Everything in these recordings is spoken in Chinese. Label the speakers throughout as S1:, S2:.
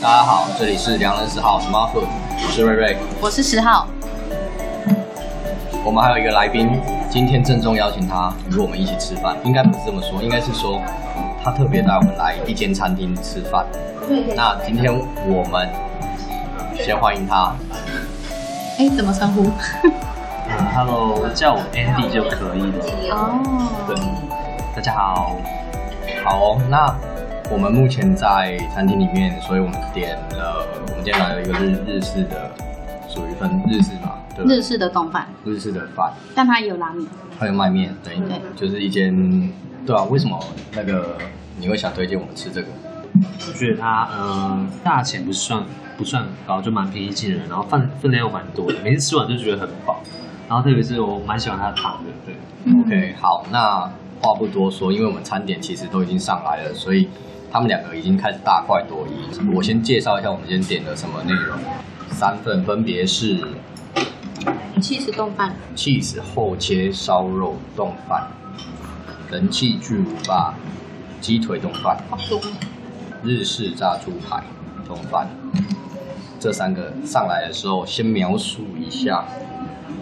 S1: 大家好，这里是良人十号 Smart Food，我是瑞瑞，
S2: 我是十号，
S1: 我们还有一个来宾，今天郑重邀请他与我们一起吃饭，应该不是这么说，应该是说他特别带我们来一间餐厅吃饭。那今天我们先欢迎他。
S2: 哎，怎么称呼？
S1: 呃、Hello，叫我 Andy 就可以了。
S2: 哦，
S1: 对，大家好，好哦、那我们目前在餐厅里面，所以我们点了，我们今天来了一个日日式的，属于分日式嘛，对不对
S2: 日式的冻饭，
S1: 日式的饭，
S2: 但它也有拉面。
S1: 还有卖面，对，
S2: 对
S1: 就是一间，对啊，为什么那个你会想推荐我们吃这个？
S3: 我觉得它呃价钱不算不算很高，就蛮平易近人，然后饭分量又蛮多的，每次吃完就觉得很饱。然后特别是我蛮喜欢它的汤的，对，
S2: 嗯
S1: OK，好，那话不多说，因为我们餐点其实都已经上来了，所以他们两个已经开始大快朵颐。我先介绍一下我们今天点了什么内容，三份分别是
S2: 七十冻饭，
S1: cheese 厚切烧肉冻饭、人气巨无霸鸡腿冻饭、
S2: 好多。
S1: 日式炸猪排、冻饭，这三个上来的时候，先描述一下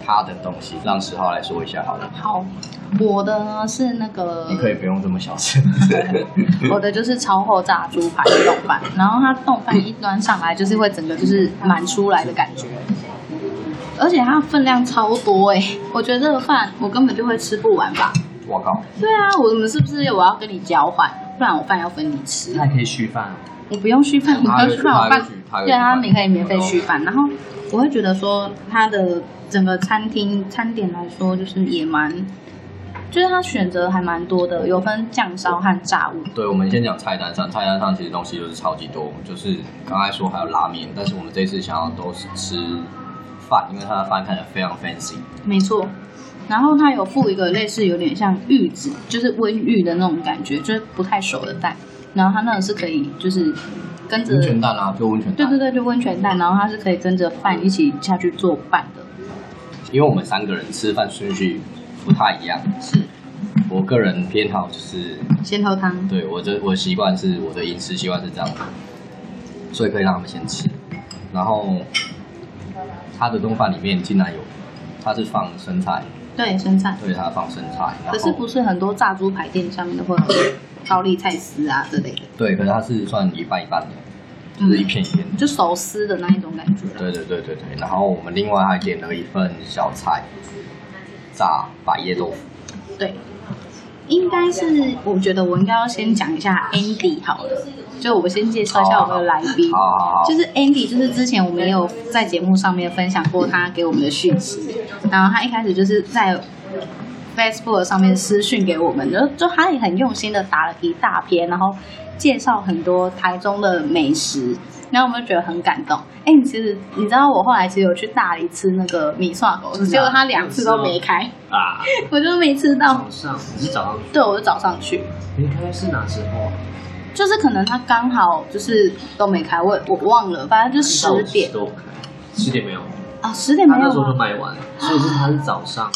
S1: 它的东西，让十号来说一下好了。
S2: 好，我的呢是那个，
S1: 你可以不嗯用这么小 声。
S2: 我的就是超厚炸猪排冻 饭，然后它冻饭一端上来就是会整个就是满出来的感觉，而且它分量超多哎、我觉得这个饭我根本就会吃不完吧。
S1: 我靠，
S2: 对啊，我们是不是我要跟你交换？不然我饭要分你吃。
S3: 它还可以续饭哦。
S2: 我不用续饭，我不
S1: 他
S2: 用
S1: 有
S2: 续饭，我
S1: 他有
S2: 饭
S1: 续他有
S2: 对
S1: 续
S2: 啊，
S1: 饭
S2: 你可以免费续饭。然后我会觉得说，它的整个餐厅餐点来说，就是也蛮，就是它选择还蛮多的，有分酱烧和炸物。
S1: 对，我们先讲菜单上，菜单上其实东西就是超级多，就是刚才说还有拉面，但是我们这次想要都是吃饭，因为它的饭看起来非常 fancy。
S2: 没错。然后它有附一个类似有点像玉子，就是温玉的那种感觉，就是不太熟的蛋。然后它那个是可以就是跟着
S1: 温泉蛋啊，就温泉
S2: 对
S1: 蛋。
S2: 对对，就温泉蛋，然后它是可以跟着饭一起下去做饭的。
S1: 因为我们三个人吃饭顺序不太一样，
S2: 是
S1: 我个人偏好就是
S2: 先喝汤，
S1: 对我这我的习惯是我的饮食习惯是这样的，所以可以让他们先吃。然后它的冻饭里面竟然有，它是放生菜，
S2: 对生菜。
S1: 对，它放生菜。然后
S2: 可是不是很多炸猪排店上面都会有高丽菜丝啊之类的，
S1: 对，可是它是算一半一半的，就是
S2: 嗯
S1: 一片一片的。
S2: 就手撕的那一种感觉啦。
S1: 对对对对对。然后我们另外还点了一份小菜，炸百叶豆腐。
S2: 对，应该是我觉得我应该要先讲一下 Andy 好了，就我先介绍一下我们的来宾。
S1: 好好好，
S2: 就是 Andy，就是之前我们也有在节目上面分享过他给我们的讯息，然后他一开始就是在 Facebook 上面私讯给我们，然后就他也很用心的打了一大篇，然后介绍很多台中的美食，然后我们就觉得很感动。哎、你其实你知道我后来其实有去大理吃那个米蒜狗，结果他两次都没开，
S3: 啊，
S2: 我就没吃到
S3: 早。上你是早上，
S2: 对，我就找上去，
S3: 应该是哪时候啊？
S2: 就是可能他刚好就是都没开，我我忘了，反正就
S3: 下午
S2: 十点
S3: 都不开，十点没有，
S2: 啊，十点
S3: 他
S2: 没有
S3: 那时候
S2: 吗
S3: 都卖完，所以是他是早上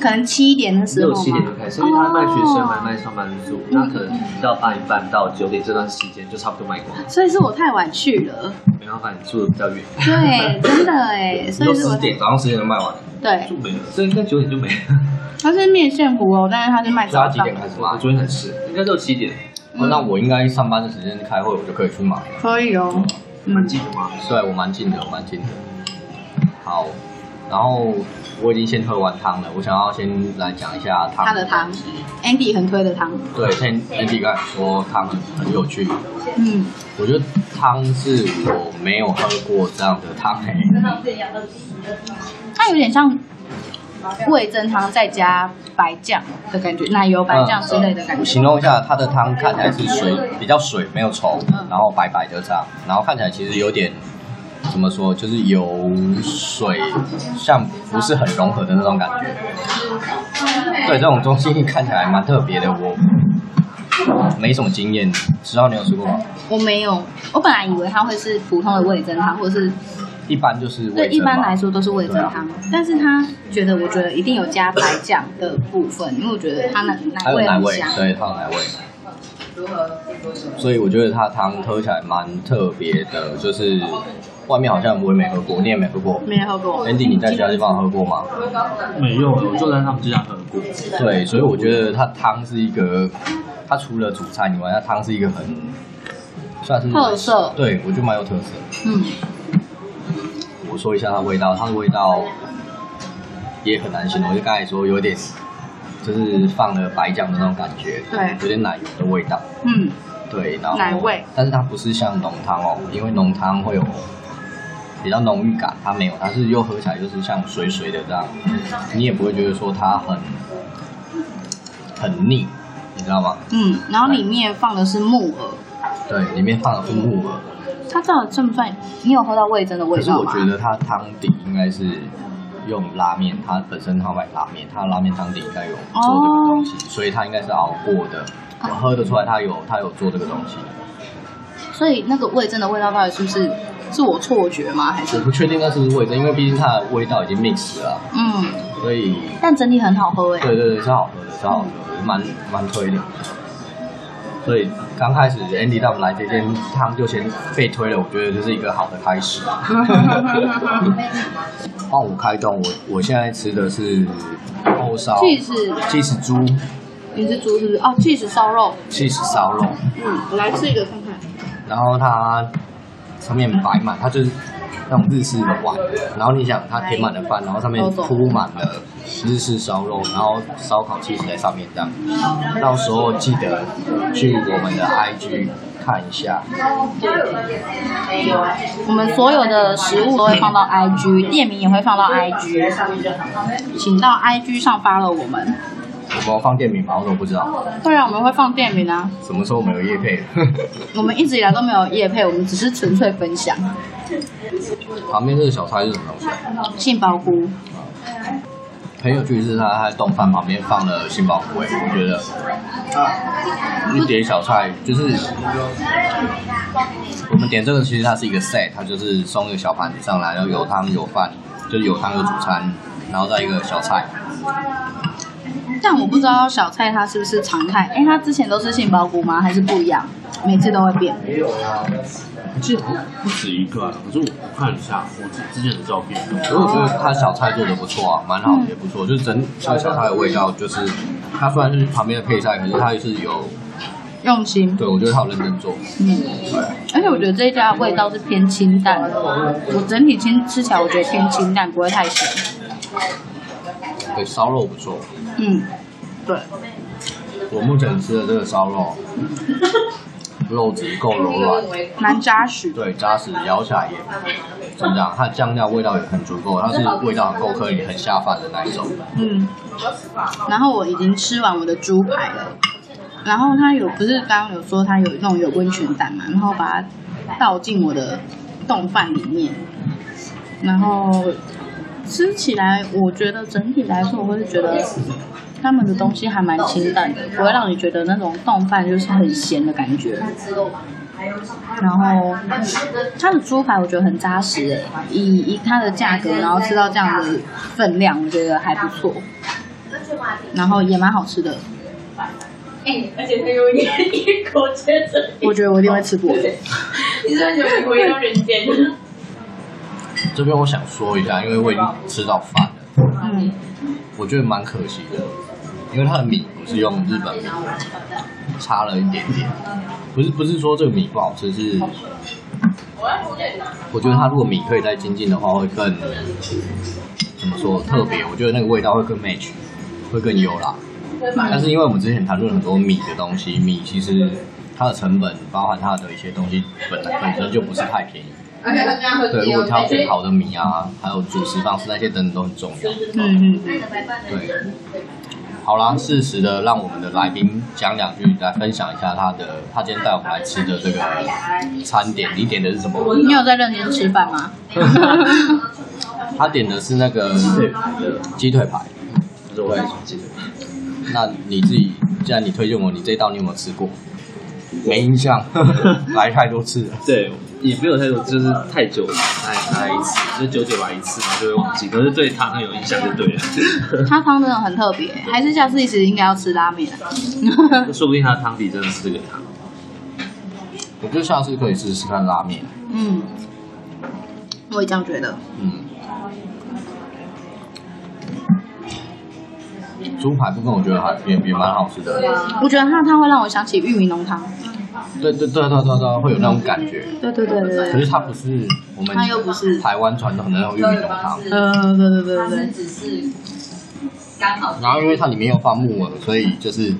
S2: 可能七点的时候
S3: 六
S2: 吗？
S3: 七点就开始，因为他卖学生
S2: 哦
S3: 还卖上班族，那可能到八点半到九点这段时间就差不多卖光了，
S2: 所以是我太晚去了。
S3: 没办法，你住的比较远，
S2: 对，真的哎，所以
S1: 都
S2: 是我
S1: 十
S2: 太
S1: 点，早上十点就卖完了。
S2: 对
S3: 就，没了，所以应该九点就没了。
S2: 它是面线糊哦，但是它是卖
S1: 所以
S2: 早
S1: 它几
S2: 上
S1: 点，开始
S3: 我
S1: 卖？
S3: 昨天很迟，应该六七点，
S1: 哦那
S2: 嗯
S1: 我应该上班的时间开会，我就可以去买了。
S2: 可以哦。
S3: 蛮
S2: 嗯，
S3: 近的嘛。
S1: 对，我蛮近的，我蛮近的。好，然后我已经先喝完汤了，我想要先来讲一下汤。
S2: 它的汤，Andy 很推的汤，
S1: 对，先 Andy 刚才说汤很很有趣，
S2: 嗯，
S1: 我觉得汤是我没有喝过这样的
S2: 嗯
S1: 汤诶、
S2: 它有点像味噌汤再加白酱的感觉，奶油白酱之类的感
S1: 我
S2: 觉。
S1: 形容一下，它的汤看起来是水，比较水，没有稠
S2: 嗯，
S1: 然后白白的这样，然后看起来其实有点怎么说，就是有水，像不是很融合的那种感觉。 嗯对，这种东西看起来蛮特别的，我没什么经验。十号你有吃过吗？
S2: 我没有，我本来以为它会是普通的味噌汤，或是
S1: 一般就是
S2: 对，
S1: 味
S2: 一
S1: 噌啊
S2: 般来
S1: 嘛。
S2: 说都是味噌汤，但是他觉得，我觉得一定有加白酱的部分，因为我觉得它奶
S1: 还
S2: 奶
S1: 有
S2: 味
S1: 奶
S2: 很
S1: 味
S2: 香，。
S1: 对，还有奶味。所以我觉得它的汤喝起来蛮特别的，就是外面好像我也没喝过，你也没喝过。
S2: 没喝过。
S1: Andy，你在其他地方喝过吗？
S3: 没有，我就在他们家喝过。
S1: 对，所以我觉得它汤是一个，它除了主菜以外，它汤是一个很算是
S2: 特色
S1: 对，我觉得蛮有特色。
S2: 嗯，
S1: 我说一下它的味道，它的味道也很难形容，就刚才说有点就是放了白酱的那种感觉，
S2: 对
S1: 有点奶油的味道，
S2: 嗯，
S1: 对，然后
S2: 奶味，
S1: 但是它不是像浓汤哦，因为浓汤会有比较浓郁感，它没有，它是又喝起来就是像水水的这样，
S2: 嗯
S1: 你也不会觉得说它很很腻，你知道吗？
S2: 嗯，然后里面放的是木耳，
S1: 对，里面放了木耳，
S2: 它这样算不算？你有喝到味增的味
S1: 可是
S2: 道
S1: 我
S2: 吗？
S1: 觉得它汤底应该是用拉面，它本身它卖拉面，它的拉面汤底应该有做这个东西，所以它应该是熬过的。我
S2: 哦
S1: 喝得出来，它有它有做这个东西。
S2: 所以那个味增的味道到底是不是是我错觉吗？还
S1: 我
S2: 是
S1: 不确定那是不是味增，因为毕竟它的味道已经 mix 了啊，
S2: 嗯？
S1: 所以
S2: 但整体很好喝 哎、
S1: 对对对，是好喝的，是好喝的，蛮蛮推的。所以刚开始 Andy 带我们来这间汤就先被推了，我觉得这是一个好的开始。帮我开动，我我现在吃的是欧烧
S2: 气是
S1: 鸡翅猪、
S2: 你是猪是不是？哦，气是烧肉。
S1: 鸡翅烧肉，
S2: 嗯，我来吃一个看看。
S1: 然后它上面摆满，它就是那种日式的碗，然后你想它填满了饭，然后上面铺满了日式烧肉，然后烧烤气 h 在上面这样。到时候记得去我们的 IG 看一下，
S2: 我们所有的食物都会放到 IG，店名也会放到 IG，请到 IG 上发了我们。
S1: 我们放店名吗？我怎么不知道？
S2: 不然我们会放店名啊。
S1: 什么时候我们有夜配？
S2: 我们一直以来都没有夜配，我们只是纯粹分享。
S1: 旁边这个小菜是什么东西啊？
S2: 杏鲍菇，
S1: 很有趣的是它，它在冻饭旁边放了杏鲍菇，欸我觉得一碟小菜就是我们点这个，其实它是一个 set，它就是送一个小盘子上来，然后有汤有饭，就是有汤有主餐，然后再一个小菜。
S2: 但我不知道小菜它是不是常态。哎，它之前都是杏鲍菇吗？还是不一样？每次都会变。
S3: 我记得好像不止一个啊，可是我我看一下我之之前的照片，
S1: 所以我觉得它小菜做的不错啊，蛮好的，也不错，就是整小小菜的味道，就是它虽然是旁边的配菜，可是它也是有，
S2: 用心，
S1: 对我觉得它有认真做。
S2: 嗯，而且我觉得这一家的味道是偏清淡的，我整体清吃起来我觉得偏清淡，不会太咸。
S1: 对，烧肉不错，
S2: 嗯，对，
S1: 我目前吃的这个烧肉，肉质够柔软。
S2: 蛮扎实的。
S1: 对，扎实，咬起来也怎么讲？它酱料味道也很足够，它是味道很够可以很下饭的那一种。
S2: 嗯，然后我已经吃完我的猪排了，然后它有不是刚刚有说它有那种有温泉蛋嘛，然后把它倒进我的冻饭里面，然后吃起来我觉得整体来说，我会觉得他们的东西还蛮清淡的，不会让你觉得那种冻饭就是很咸的感觉。然后它的猪排我觉得很扎实诶，以以它的价格，然后吃到这样的分量，我觉得还不错，然后也蛮好吃的。
S4: 哎而且他有一一口接着
S2: 我觉得我一定会吃过。
S4: 你真的觉得回到人间？
S1: 这边我想说一下，因为我已经吃到饭了，
S2: 嗯，
S1: 我觉得蛮可惜的，因为它的米不是用日本米，差了一点点。不是不是说这个米不好吃，是我觉得它如果米可以再精进的话，会更怎么说特别？我觉得那个味道会更 match，会更优啦。但是因为我们之前谈论很多米的东西，米其实它的成本，包含它的一些东西本来本身就不是太便宜。对，如果挑选好的米啊，还有主食方式那些等等都很重要。
S2: 嗯嗯，
S1: 对，好啦，适时的让我们的来宾讲两句，来分享一下他的他今天带我们来吃的这个餐点，你点的是什么？
S2: 嗯你有在认真吃饭 吗？
S1: 他点的是那个
S3: 对的，
S1: 鸡腿排。
S3: 可是我在记得。
S1: 那你自己，既然你推荐我，你这道你有没有吃过？没印象， 来太多次了。
S3: 对，也没有太多，就是太久来来一次，就久久来一次，然后就会忘记。可是对糖很有印象就对了，
S2: 它汤真的很特别，还是下次其实应该要吃拉面。
S3: 说不定它的汤底真的是这个汤。
S1: 我觉得下次可以试试看拉面。
S2: 嗯，我也这样觉得。
S1: 嗯，猪排部分我觉得还也也蛮好吃的。
S2: 我觉得它它会让我想起玉米浓汤。
S1: 对对对对对对，会有那种感觉。
S2: 对对对对
S1: 可
S2: 对。
S1: 是它不是我们
S2: 它又不是
S1: 台湾传统的那种玉米浓汤，
S2: 呃，对对对
S4: 它
S2: 对
S4: 是
S2: 对。
S4: 只是刚好
S1: 然后因为它里面有放木耳，所以就是，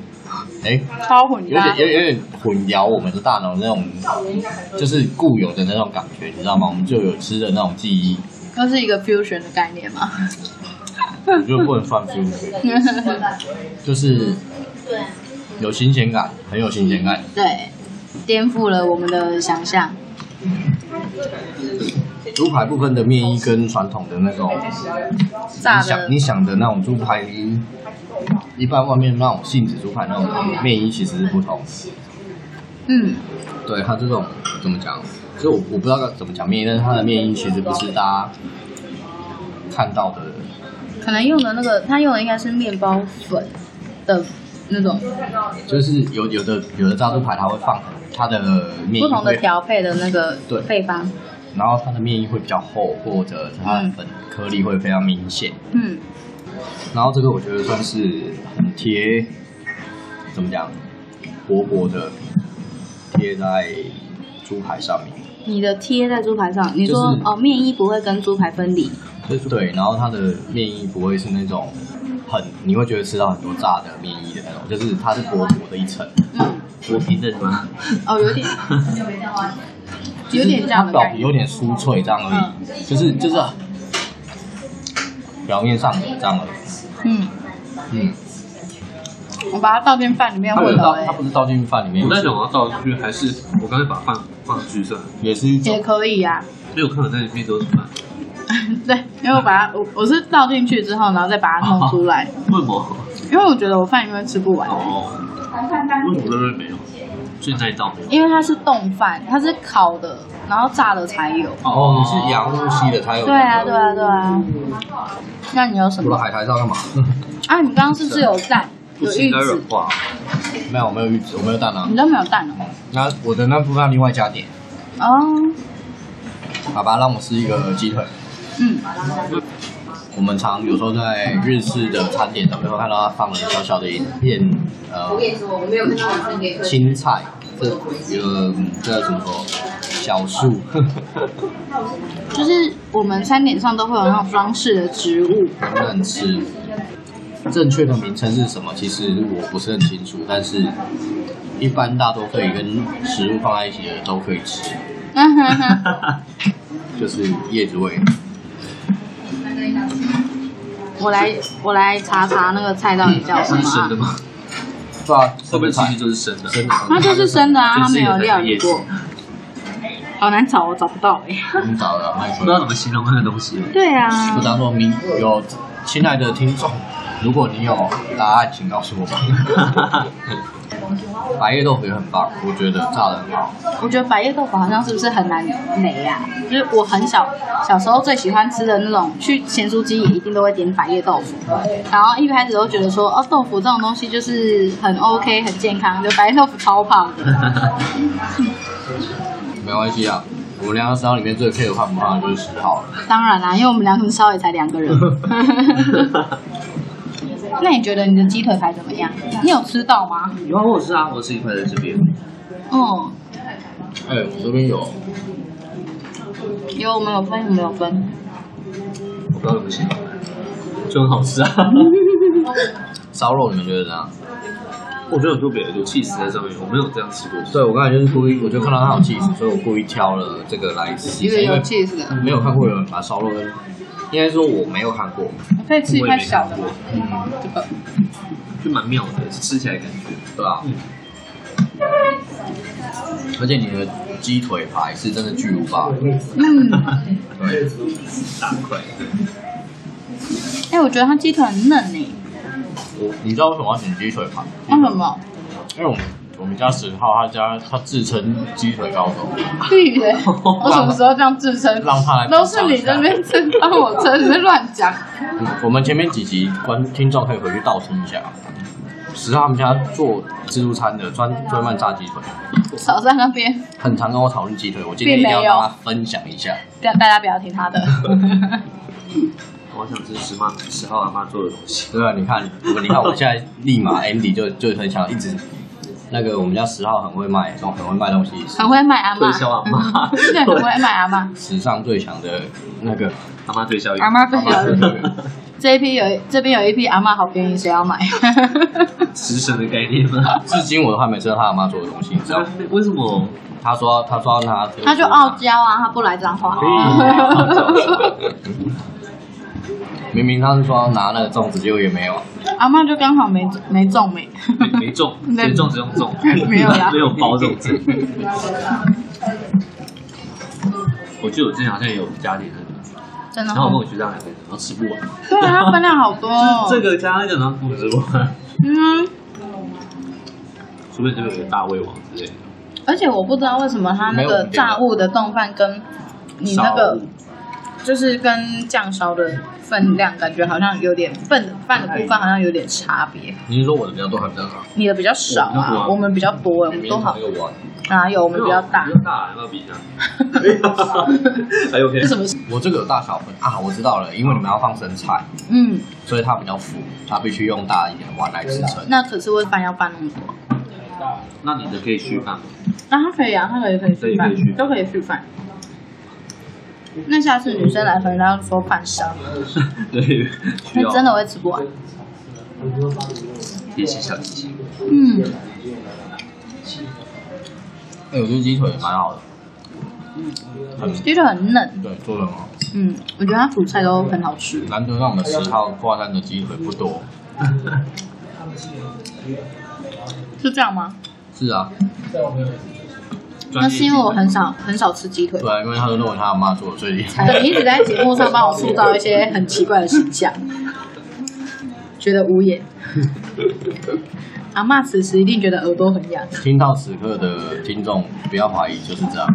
S1: 哎，
S2: 超混
S1: 有点有有点混淆我们的大脑那种，就是固有的那种感觉，你知道吗？我们就有吃的那种记 忆，
S2: 又是一个 fusion 的概念嘛。
S1: 我觉得不能算 fusion，就是
S4: 对啊，
S1: 有新鲜感，很有新鲜感。
S2: 对，颠覆了我们的想象。
S1: 猪排部分的面衣跟传统的那种你
S2: 炸的
S1: 想你想的那种猪排，一般外面那种杏子猪排那种面衣其实是不同。
S2: 嗯，
S1: 对它这种怎么讲？就我我不知道该怎么讲面衣，但是它的面衣其实不是大家看到的，
S2: 可能用的那个，他用的应该是面包粉的那种
S1: 就是有有的有的炸猪排它会放它的面衣
S2: 不同的
S1: 会，
S2: 调配的那个
S1: 对
S2: 配方。
S1: 然后它的面衣会比较厚，或者是它的粉颗粒会非常明显。
S2: 嗯，
S1: 然后这个我觉得算是很贴，怎么讲，薄薄的贴在猪排上面。
S2: 你的贴在猪排上，你说、
S1: 就是
S2: 哦，面衣不会跟猪排分离。
S1: 就是对，然后它的面衣不会是那种很你会觉得吃到很多炸的面衣的那种，就是它是薄薄的一层，
S2: 嗯，
S3: 我平等吗？
S2: 哦，有点，有点这样
S1: 它
S2: 的
S1: 表
S2: 感
S1: 皮
S2: 觉。嗯
S1: 有点酥脆这样而已，就是就是表面上这样而已。
S2: 嗯，
S1: 嗯，
S2: 我把它倒进饭里面
S1: 它不
S2: 味
S1: 是
S2: 道、
S1: 倒
S2: 欸
S1: 它，不是倒进饭里面
S3: 我，在想我要倒进去，还是我刚才把饭放进去算了？
S1: 也是一
S2: 也
S1: 种
S2: 可以呀、
S3: 因为我看我在里面都是饭，
S2: 对，因为我把它，我我是倒进去之后，然后再把它弄 出来，
S3: 为什么？
S2: 因为我觉得我饭应该吃不完。
S3: 哦，为什么那边没有？所以那一道没有。
S2: 因为它是冻饭，它是烤的，然后炸的才有。
S1: 哦，你是羊肉系的才有
S2: 对啊，对啊，对啊。那你有什
S1: 除了
S2: 么？
S1: 海苔上干嘛？
S2: 啊，你刚刚是不是有蛋，
S3: 不
S2: 有
S3: 行，
S2: 玉
S3: 它
S2: 子
S3: 软，化。
S1: 没有，我没有玉子，我没有蛋啊
S2: 你。都没有蛋哦。
S1: 那我的那部分要另外加点，
S2: 哦，
S1: 好吧，让我吃一个鸡腿。
S2: 嗯，
S1: 我们常有时候在日式的餐点上面会看到它放了小小的一片呃
S4: 我跟你说，我没有看到我自己可以
S1: 青菜，这呃嗯这叫什么说？小树，
S2: 就是我们餐点上都会有那种装饰的植物。
S1: 很难吃。正确的名称是什么？其实我不是很清楚，但是一般大多可以跟食物放在一起的都可以吃，
S2: 嗯哼哼，
S1: 就是叶子味。
S2: 我来我来查查那个菜到底叫什
S3: 嗯是生的
S2: 么啊？
S3: 吗？
S1: 对啊，
S3: 会不会其实
S1: 菜
S3: 就是生的？
S1: 真的？
S2: 它就是生的啊，它
S3: 就是
S2: 没
S3: 有
S2: 有料理过
S3: 很。
S2: 好难找，我找不到哎、
S1: 你找了麦
S3: 不
S1: 克
S3: 知道怎么形容那个东西。
S2: 对啊，
S1: 不知道说明有亲爱的听众，如果你有答案，请告诉我们。 白叶豆腐也很棒，我觉得炸的很好。
S2: 我觉得百叶豆腐好像是不是很难没啊？就是我很小小时候最喜欢吃的那种，去咸酥鸡也一定都会点百叶豆腐。然后一开始都觉得说，哦，豆腐这种东西就是很 OK，很健康，就百叶豆腐超胖 的。
S1: 没关系啊，我们两个三号里面最配的胖不胖的就是十号了。
S2: 当然啦、因为我们两个稍微才两个 人。那你觉得你的鸡腿排怎么样？你有吃到吗？
S3: 有啊，我是啊，我是一块在这边。
S2: 嗯，
S1: 哎、我这边有，
S2: 有我们有分，我们有分。
S3: 我不知道怎么形容，就很好吃啊。
S1: 烧肉你们觉得怎样？
S3: 我觉得很特别，有 cheese 在上面，我没有这样吃过。
S1: 对我刚才就是故意，我就看到它有 cheese，所以我故意挑了这个来试
S2: 一
S1: 一
S2: 个
S1: 下，因
S2: 有
S1: 为
S2: cheese 的，
S1: 没有看过有人把烧肉跟，应该说我没有看过。
S2: 我可以吃一
S3: 我也
S2: 块
S3: 没
S2: 小
S3: 看
S2: 的
S3: 过
S2: 吗？，
S1: 嗯，
S2: 这个
S3: 就蛮妙的，吃起来感觉。
S1: 对啊
S3: 嗯。
S1: 而且你的鸡腿排是真的巨无霸，
S2: 嗯。
S1: 对。
S3: 大块，
S2: 哎、我觉得它鸡腿很嫩诶、
S1: 我你知道为什么要点鸡腿排？
S2: 为什么？
S1: 因为我们我们家十号他家他自称鸡腿高手，
S2: 屁嘞！ 我什么时候这样自称？
S1: 让他来
S2: 都是你这边自称，我称，你是乱讲。
S1: 我们前面几集观听众可以回去倒听一下。十号他们家做自助餐的专专卖炸鸡腿，
S2: 早上那边，
S1: 很常跟我讨论鸡腿，我今天一定要
S2: 并没有
S1: 让他分享一下。
S2: 大大家不要听他 的。
S3: 我好想吃十妈十号阿妈做的东西。
S1: 对啊，你看，我你看，我现在立马 Andy 就就很想一直，那个我们家十号很会卖，这种很会卖东西，
S2: 很会卖阿妈，
S3: 推销阿嬷
S2: 对，很会卖阿妈。
S1: 史上最强的那个，
S3: 阿妈推销员，
S2: 阿妈推销员
S1: 那个
S2: 这一批有一这边有一批阿妈好便宜，谁要买？
S3: 食神的概念吗？
S1: 至今我都还没吃到他阿妈做的东西，你知道吗？
S3: 为什么？
S1: 他说他说他
S2: 他就傲娇啊，他不来脏话。
S1: 明明他是说要拿那个粽子，结果也没有。
S2: 阿妈就刚好没没中没，
S3: 没 没中，没中只用中，
S2: 没有啦
S3: 没有包粽 子。我记得我之前好像有家里那个，
S2: 真的
S3: 然后我跟
S2: 好
S3: 我。学长两个人，然后吃不完，
S2: 对啊， 它分量好多、哦。
S3: 这个加那个，然后不吃不完，
S2: 嗯，
S3: 除非这边有个大胃王之类的。
S2: 而且我不知道为什么它那个炸物的冻饭跟你那个就是跟酱烧的分量，感觉好像有点份饭的部分好像有点差别。
S1: 你是说我的比较多还比较少？
S2: 你的比较少啊，我们比较多哎，我们都好
S1: 那个碗，
S2: 哪有我们比较大
S3: 啊比？较大，要不要 比一下？还 OK，
S2: 是什么事？
S1: 我这个有大小份啊，我知道了，因为你们要放生菜，
S2: 嗯，所
S1: 所以它比较浮，它必须用大一点的碗来支撑。
S2: 那可是为饭要拌那么多，
S3: 那你的可以续饭吗？
S2: 那它可以啊，它可以可以续
S3: 可以可以续
S2: 饭，都可以续饭。那下次女生来回来要说饭少，
S3: 对，需
S2: 那
S3: 要
S2: 真的会吃不完。
S3: 贴心小提醒。
S2: 嗯，
S1: 哎，我觉得鸡腿也蛮好的，很
S2: 鸡腿很嫩，
S1: 对，做的很好。
S2: 嗯，我觉得它主菜都很好吃。
S1: 难得让我们十号挂单的鸡腿不多。
S2: 是这样吗？
S1: 是啊，
S2: 那是因为我很少很少吃鸡腿
S1: 对，啊，因为他是认为他阿妈做的，所以
S2: 才你一直在节目上帮我塑造一些很奇怪的形象，觉得无言。 阿嬷此时一定觉得耳朵很痒，
S1: 听到此刻的听众不要怀疑，就是 这样。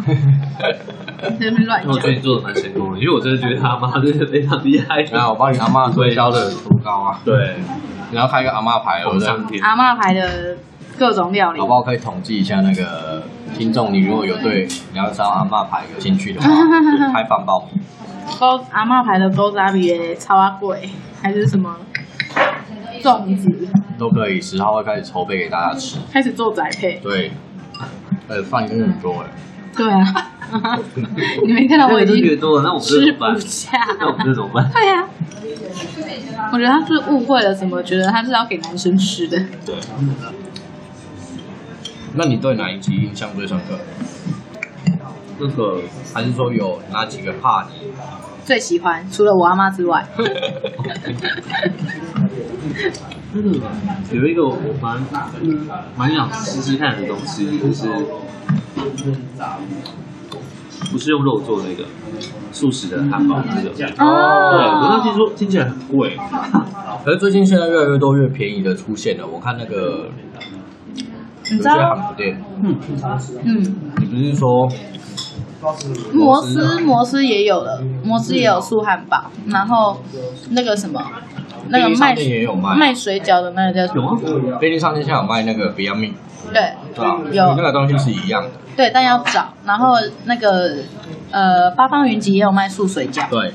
S2: 在那边乱
S3: 因为我
S2: 讲
S3: 最。近哦做的蛮成功的，因为我真的觉得他妈真的非常厉 害。
S1: 然后我帮你阿妈推销的多高啊，
S3: 对，
S1: 你要开一个阿妈牌，哦我
S3: 我
S1: 觉得
S3: 上天，
S2: 阿嬷牌的各种料理
S1: 好，不好？可以统计一下那个听众，你如果有对梁山阿妈牌有兴趣的话，开放报名。
S2: 包阿嬷牌的勾扎比耶、超阿贵，还是什么粽子，
S1: 都可以，十号会开始筹备给大家吃。
S2: 开始做宅配。
S1: 对，呃，饭真的很多哎，
S2: 对 啊，你没看到我已
S3: 那个
S2: 经
S3: 越多了，那我们这
S2: 吃
S3: 怎么办
S2: 不？下。
S3: 那我们这怎么办？
S2: 对呀、我觉得他是误会了什么，觉得他是要给男生吃的。
S1: 对。那你对哪一集印象最深刻？
S3: 那个
S1: 还是说有哪几个怕 你？
S2: 最喜欢除了我阿妈之外，
S3: 那个有一个我蛮蛮想试试看的东西，就是不是用肉做那个素食的汉堡那个。对，
S4: 哦
S3: 我那听说听起来很贵，
S1: 可是最近现在越来越多越便宜的出现了，我看那个
S2: 你
S1: 有
S2: 知
S1: 些
S2: 道，
S1: 韩服店，
S2: 嗯，
S1: 你不是说
S2: 摩斯摩斯也有了，摩斯
S1: 啊
S2: 也有素汉堡，然后那个什么，那个
S1: 便利
S2: 卖
S1: 商店也有卖
S2: 卖水饺的那个叫什
S3: 有
S2: 么？
S3: 吗？
S1: 便利商店现在有卖那个 Beyond Meat，
S2: 对，
S1: 对啊吧？
S2: 有
S1: 那个东西是一样的，
S2: 对，但要找。然后那个呃，八方云集也有卖素水饺，
S1: 对。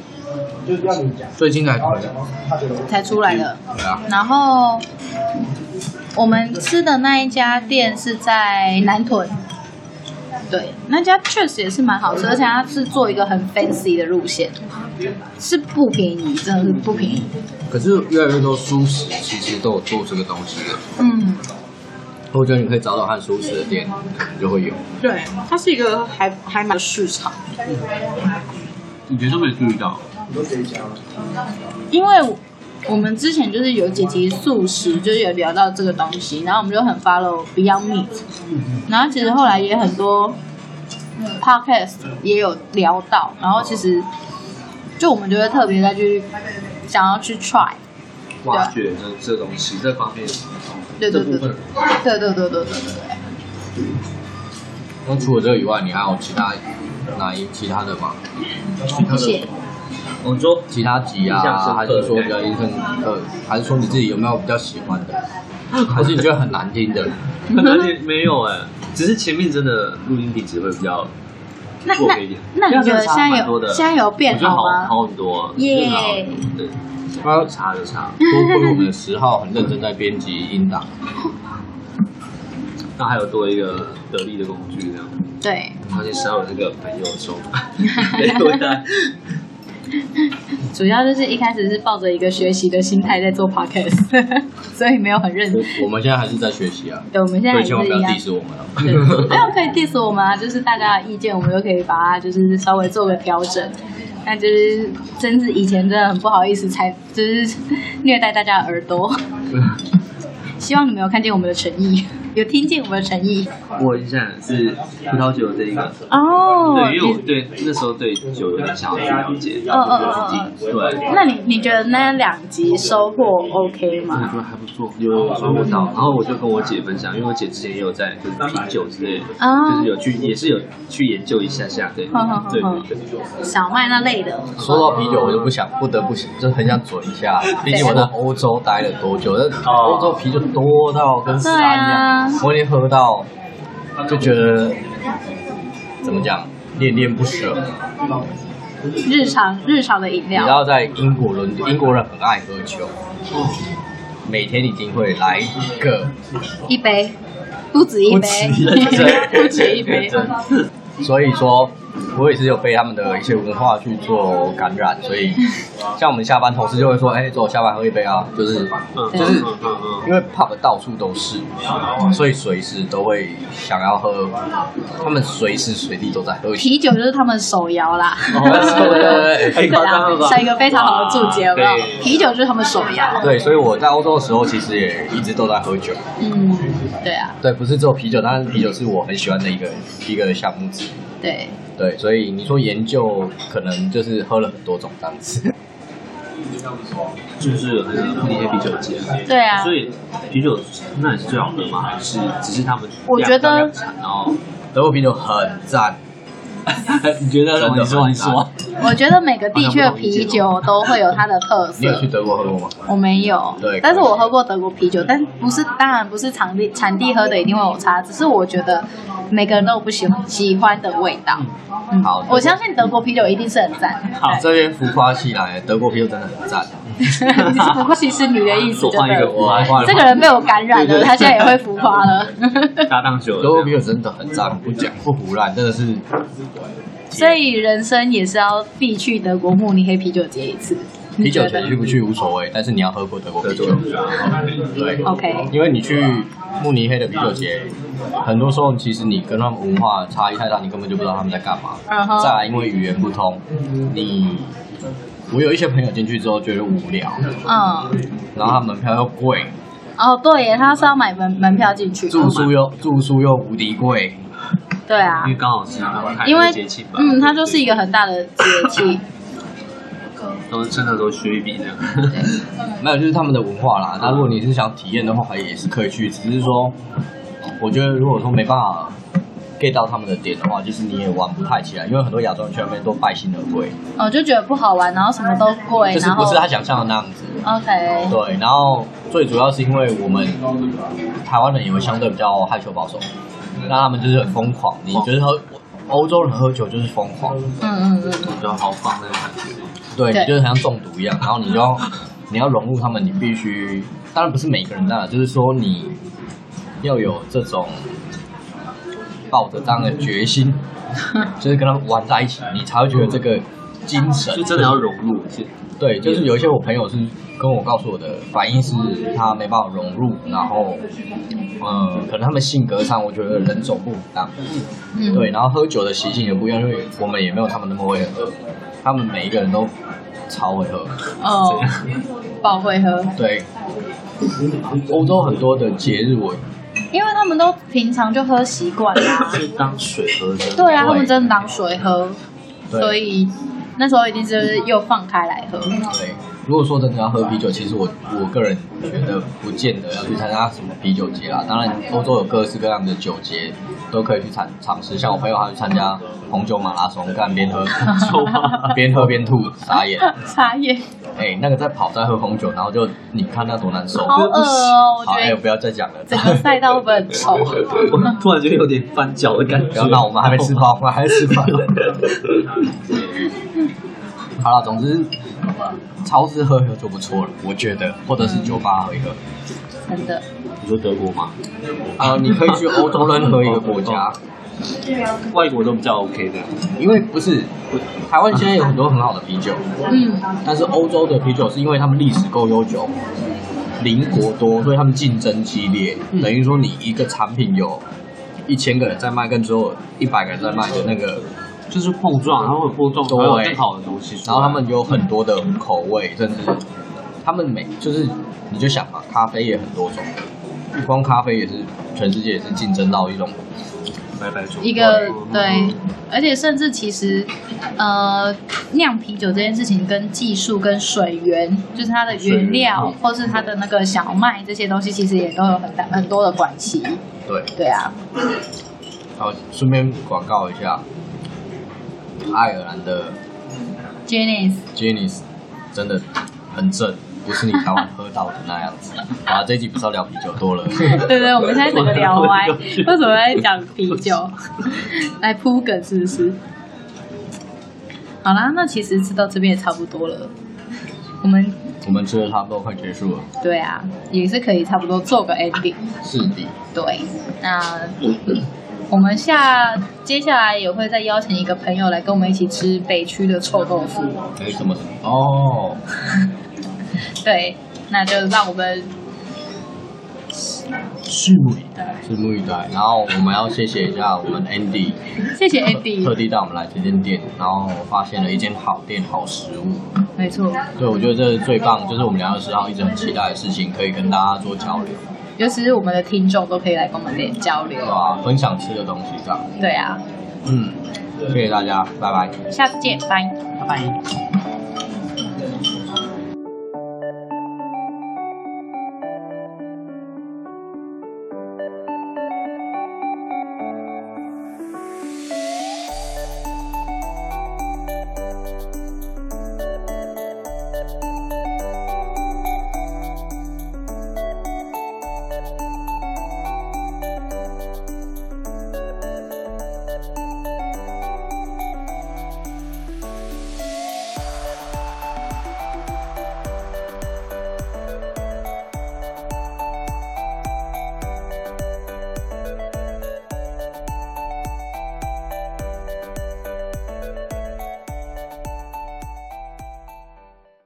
S1: 最近才可以，
S2: 才出来的。
S1: 对啊，
S2: 然后我们吃的那一家店是在南屯，对，那家确实也是蛮好吃，而且它是做一个很 fancy 的路线，是不便宜，真的是不便宜。
S1: 可是越来越多素食其实都有做这个东西的，
S2: 嗯，
S1: 我觉得你可以找找看素食的店就会有。
S2: 对，它是一个还还蛮市场，
S3: 以前都没注意到，
S2: 因为我们之前就是有几集素食，就是有聊到这个东西，然后我们就很 follow Beyond Meat，然后其实后来也很多 podcast 也有聊到，然后其实就我们就会特别再去想要去 try，
S3: 挖掘这这东西这方面，
S2: 啊对
S3: 这
S2: 对对，
S3: 部分
S2: 对对对对对对，
S1: 那除了这个以外，你还有其他哪一其他的吗？
S3: 其他
S2: 而且
S3: 的，我们 说
S1: 其他集
S3: 印象深刻
S1: 啊，
S3: 的
S1: 还是说比较印象深刻，还是说你 自己有没有比较喜欢的，还是你觉得很难听的？
S3: 可能也没有哎，只是前面真的录音品质会比较
S2: 那
S3: 弱
S2: 那
S3: 一点。
S2: 那你觉得现
S3: 这样真的差
S2: 在
S3: 蛮多
S2: 有
S3: 的
S2: 现在有
S3: 我
S2: 变
S3: 觉得
S2: 好
S3: 好
S2: 吗？
S3: 好很多，啊
S2: 耶嗯
S3: 真的好很多对，有差有差，
S1: 啊多亏我们的十号很认真在编辑音档，
S3: 那还有多一个得力的工具这样。
S2: 对，
S3: 发现十号有那个朋友 说，没有的，
S2: 主要就是一开始是抱着一个学习的心态在做 podcast，所 以没有很认真。
S1: 我我们现在还是在学习啊，
S2: 对，我们现在
S1: 所以
S2: 也是
S1: 千万不要
S2: 一样
S1: diss 我们了。
S2: 对，没 有可以 diss 我们啊，就是大家的意见，我们都可以把它就是稍微做个调整。但就是真是以前真的很不好意思，才就是虐待大家的耳 朵。希望你们有看见我们的诚意，有听见我们的诚意
S3: 我印象是葡萄酒这一个。
S2: 哦
S3: 对，因为我对那时候对酒有点想要去了解，
S2: 嗯嗯嗯
S3: 对，
S2: 那你你觉得那两集收获 OK
S3: 我
S2: 吗？
S3: 觉得还不错，嗯有收获到。然后我就跟我姐分享，因为我姐之前也有在就是品酒之类的，
S2: 啊
S3: 嗯就是有去也是有去研究一下下，对，
S2: 好好好
S3: 对
S2: 好
S3: 对对。
S2: 小麦那类的，
S1: 说到啤酒，我就不想，不得不就很想嘴一下，毕竟我在欧洲待了多久，那
S3: 哦
S1: 欧洲啤酒多到跟山一样，
S2: 对啊
S1: 我已经喝到就觉得怎么讲，恋恋不舍。
S2: 日常日常的饮
S1: 你知
S2: 料，
S1: 道在英国伦敦，英国人很爱喝酒，每天一定会来一个，
S2: 一杯不止一杯，
S1: 对
S2: 不止一杯。
S1: 真的所以说。我也是有被他们的一些文化去做感染，所以像我们下班同事就会说：“哎、走，下班喝一杯啊！”就是
S3: 嗯，
S1: 就是
S3: 嗯嗯嗯
S1: 因为 pub 到处都是，所以随时都会想要喝，他们随时随地都在喝酒。
S2: 啤酒就是他们手摇啦。 啊
S3: 哦
S1: 对对对对
S3: 太夸张了吧
S2: 是一个非常好的注解，有没
S3: 哇
S2: 有？
S3: 对
S2: 啤酒就是他们手摇。
S1: 对，所以我在欧洲的时候，其实也一直都在喝酒。
S2: 嗯，对啊，
S1: 对，不是只有啤酒，但是啤酒是我很喜欢的一个一个项目之一。
S2: 对，
S1: 对，所以你说研究，可能就是喝了很多种这样子。
S3: 就是有那个一些啤酒节，
S2: 对啊
S3: 所以啤酒那也是最好喝吗？还是只是他们
S2: 我
S3: 量
S2: 觉得
S3: 量产然后
S1: 德国啤酒很赞，
S3: 你觉得
S1: 真的
S3: 你说
S1: 很
S3: 你说
S1: 难，
S2: 我觉得每个地区的啤酒都会有它的特
S1: 你有去
S2: 色。
S1: 德国喝过吗？
S2: 我没有
S1: 对，
S2: 但是我喝过德国啤酒，但不是，当然不是产地产地喝的一定会有差，只是我觉得每个人都有不喜欢喜欢的味道。嗯
S1: 好
S2: 我相信德国啤酒一定是很赞。
S1: 好，这边浮夸起来，德国啤酒真的很赞。
S2: 不过其实你的意思就
S3: 我换一
S2: 对
S3: 个
S2: 了。
S3: 我换一
S2: 这个人被我感染
S1: 对
S2: 了，
S1: 对
S2: 他现在也会浮夸了。
S3: 搭档酒
S1: 德国啤酒真的很赞，不讲不胡乱，真的是
S2: 所以人生也是要必去德国慕尼黑啤酒节一次。
S1: 啤
S2: 你
S1: 酒
S2: 觉
S1: 节
S2: 得
S1: 去不去无所谓，但是你要喝过德国啤酒。对，
S2: ？OK，
S1: 因为你去慕尼黑的啤酒节，很多时候其实你跟他们文化差异太大，你根本就不知道他们在干嘛。
S2: 嗯哼
S1: 再来，因为语言不通，你我有一些朋友进去之后觉得无聊，
S2: 嗯，
S1: 然后他门票又贵，
S2: 哦，对耶，他是要买门门票进去。
S1: 住宿
S2: 嗯
S1: 又住宿又无敌贵，
S2: 对啊
S3: 因为，刚好是泰
S2: 因为
S3: 节气吧，
S2: 嗯，它就是一个很大的节气。
S3: 都真的都学一笔的，
S1: 没有就是他们的文化啦。那如果你是想体验的话，也是可以去，只是说，我觉得如果说没办法 get 到他们的点的话，就是你也玩不太起来，因为很多亚洲人去那边都败兴而归，
S2: 哦，就觉得不好玩，然后什么都贵，
S1: 就是
S2: 然
S1: 不
S2: 后
S1: 是他想象的那样子。
S2: OK，
S1: 对，然后最主要是因为我们台湾人也会相对比较害羞保守，那他们就是很疯狂。你觉得喝欧洲人喝酒就是疯狂，
S2: 嗯嗯嗯嗯，
S3: 比较豪放那种感觉。
S1: 对
S2: 对
S1: 你就是像中毒一样，然后你就要 你要融入他们，你必须当然不是每个人的，就是说你要有这种抱着这样的决心，就是跟他们玩在一起，你才会觉得这个精神
S3: 嗯就真的要融入，是
S1: 对，就是有一些我朋友是跟我告诉我的反应是他没办法融入，然后，呃，可能他们性格上我觉得人种不一样，
S2: 嗯
S1: 对，然后喝酒的习性也不一样，因为我们也没有他们那么会喝，他们每一个人都超会喝，
S2: 哦，爆会喝，
S1: 对，欧洲很多的节日我
S2: 因为他们都平常就喝习惯啦。
S3: 是当水喝的。
S2: 对啊，他们真的当水喝，
S1: 对
S2: 所以那时候一定是又放开来喝。
S1: 对，如果说真的要喝啤酒，其实我我个人觉得不见得要呃去参加什么啤酒节啦。当然，欧洲有各式各样的酒节，都可以去尝尝试。像我朋友他去参加红酒马拉松，干边喝边喝边吐，傻 眼。
S2: 茶叶，
S1: 哎、那个在跑在喝红酒，然后就你看那多难受。
S2: 好恶哦、我
S1: 好，哎、
S2: 觉得
S1: 不要再讲了。
S2: 整个 赛道会很丑。
S3: 我
S2: 啊
S3: 突然觉得有点翻脚的感觉。
S1: 不要闹，我们还没吃 饭，我们还没吃 饭。好了，总之，超市喝一喝就不错了，我觉得，或者是酒吧喝一喝。
S2: 真的，
S3: 你说德国吗？
S1: 啊、你可以去欧洲任何一个国家，
S3: 外国都比较 OK 的。
S1: 因为不是台湾现在有很多很好的啤酒，
S2: 嗯，
S1: 但是欧洲的啤酒是因为他们历史够悠久，邻国多，所以他们竞争激烈。
S3: 嗯
S1: 等于说你一个产品有一千个人在卖，跟只有一百个人在卖的那个，
S3: 就是碰撞，然后会碰撞，
S1: 对
S3: 然后有更好的东西出来。
S1: 然后他们有很多的口味，甚至他们每就是你就想嘛，咖啡也很多种，光咖啡也是全世界也是竞争到一种
S3: 拜拜猪
S2: 一个对，而且甚至其实，呃，酿啤酒这件事情跟技术、跟水源，就是它的原料
S3: 水源，
S2: 或是它的那个小麦这些东西，其实也都有很大很多的关系。
S1: 对。
S2: 对啊，
S1: 好，顺便广告一下，爱尔兰的
S2: j e n n y
S1: Jenny's 真的很正，不是你台湾喝到的那样 子。啊，这一集不是要聊啤酒 多了，
S2: 对对，我们现在整个聊歪，为什么在讲啤酒？来铺梗是不是？好啦，那其实吃到这边也差不多了。我们
S1: 我们吃的差不多快结束了，
S2: 对啊，也是可以差不多做个 ending。
S1: 是的，
S2: 对，那我们下接下来也会再邀请一个朋友来跟我们一起吃北区的臭豆腐。
S1: 没什么哦，
S2: 对，那就让我们
S1: 拭目以待，拭目以待。然后我们要谢谢一下我们 Andy，
S2: 谢谢
S1: 特
S2: Andy。
S1: 地带我们来这间店，然后发现了一间好店好食物。
S2: 没错，
S1: 对，我觉得这是最棒，就是我们聊二十号一直很期待的事情，可以跟大家做交流，
S2: 尤其是我们的听众都可以来跟我们点交流
S1: 对。吧、分享吃的东西这样。
S2: 对啊，
S1: 嗯，谢谢大家，拜拜。
S2: 下次见，拜。
S3: 拜拜。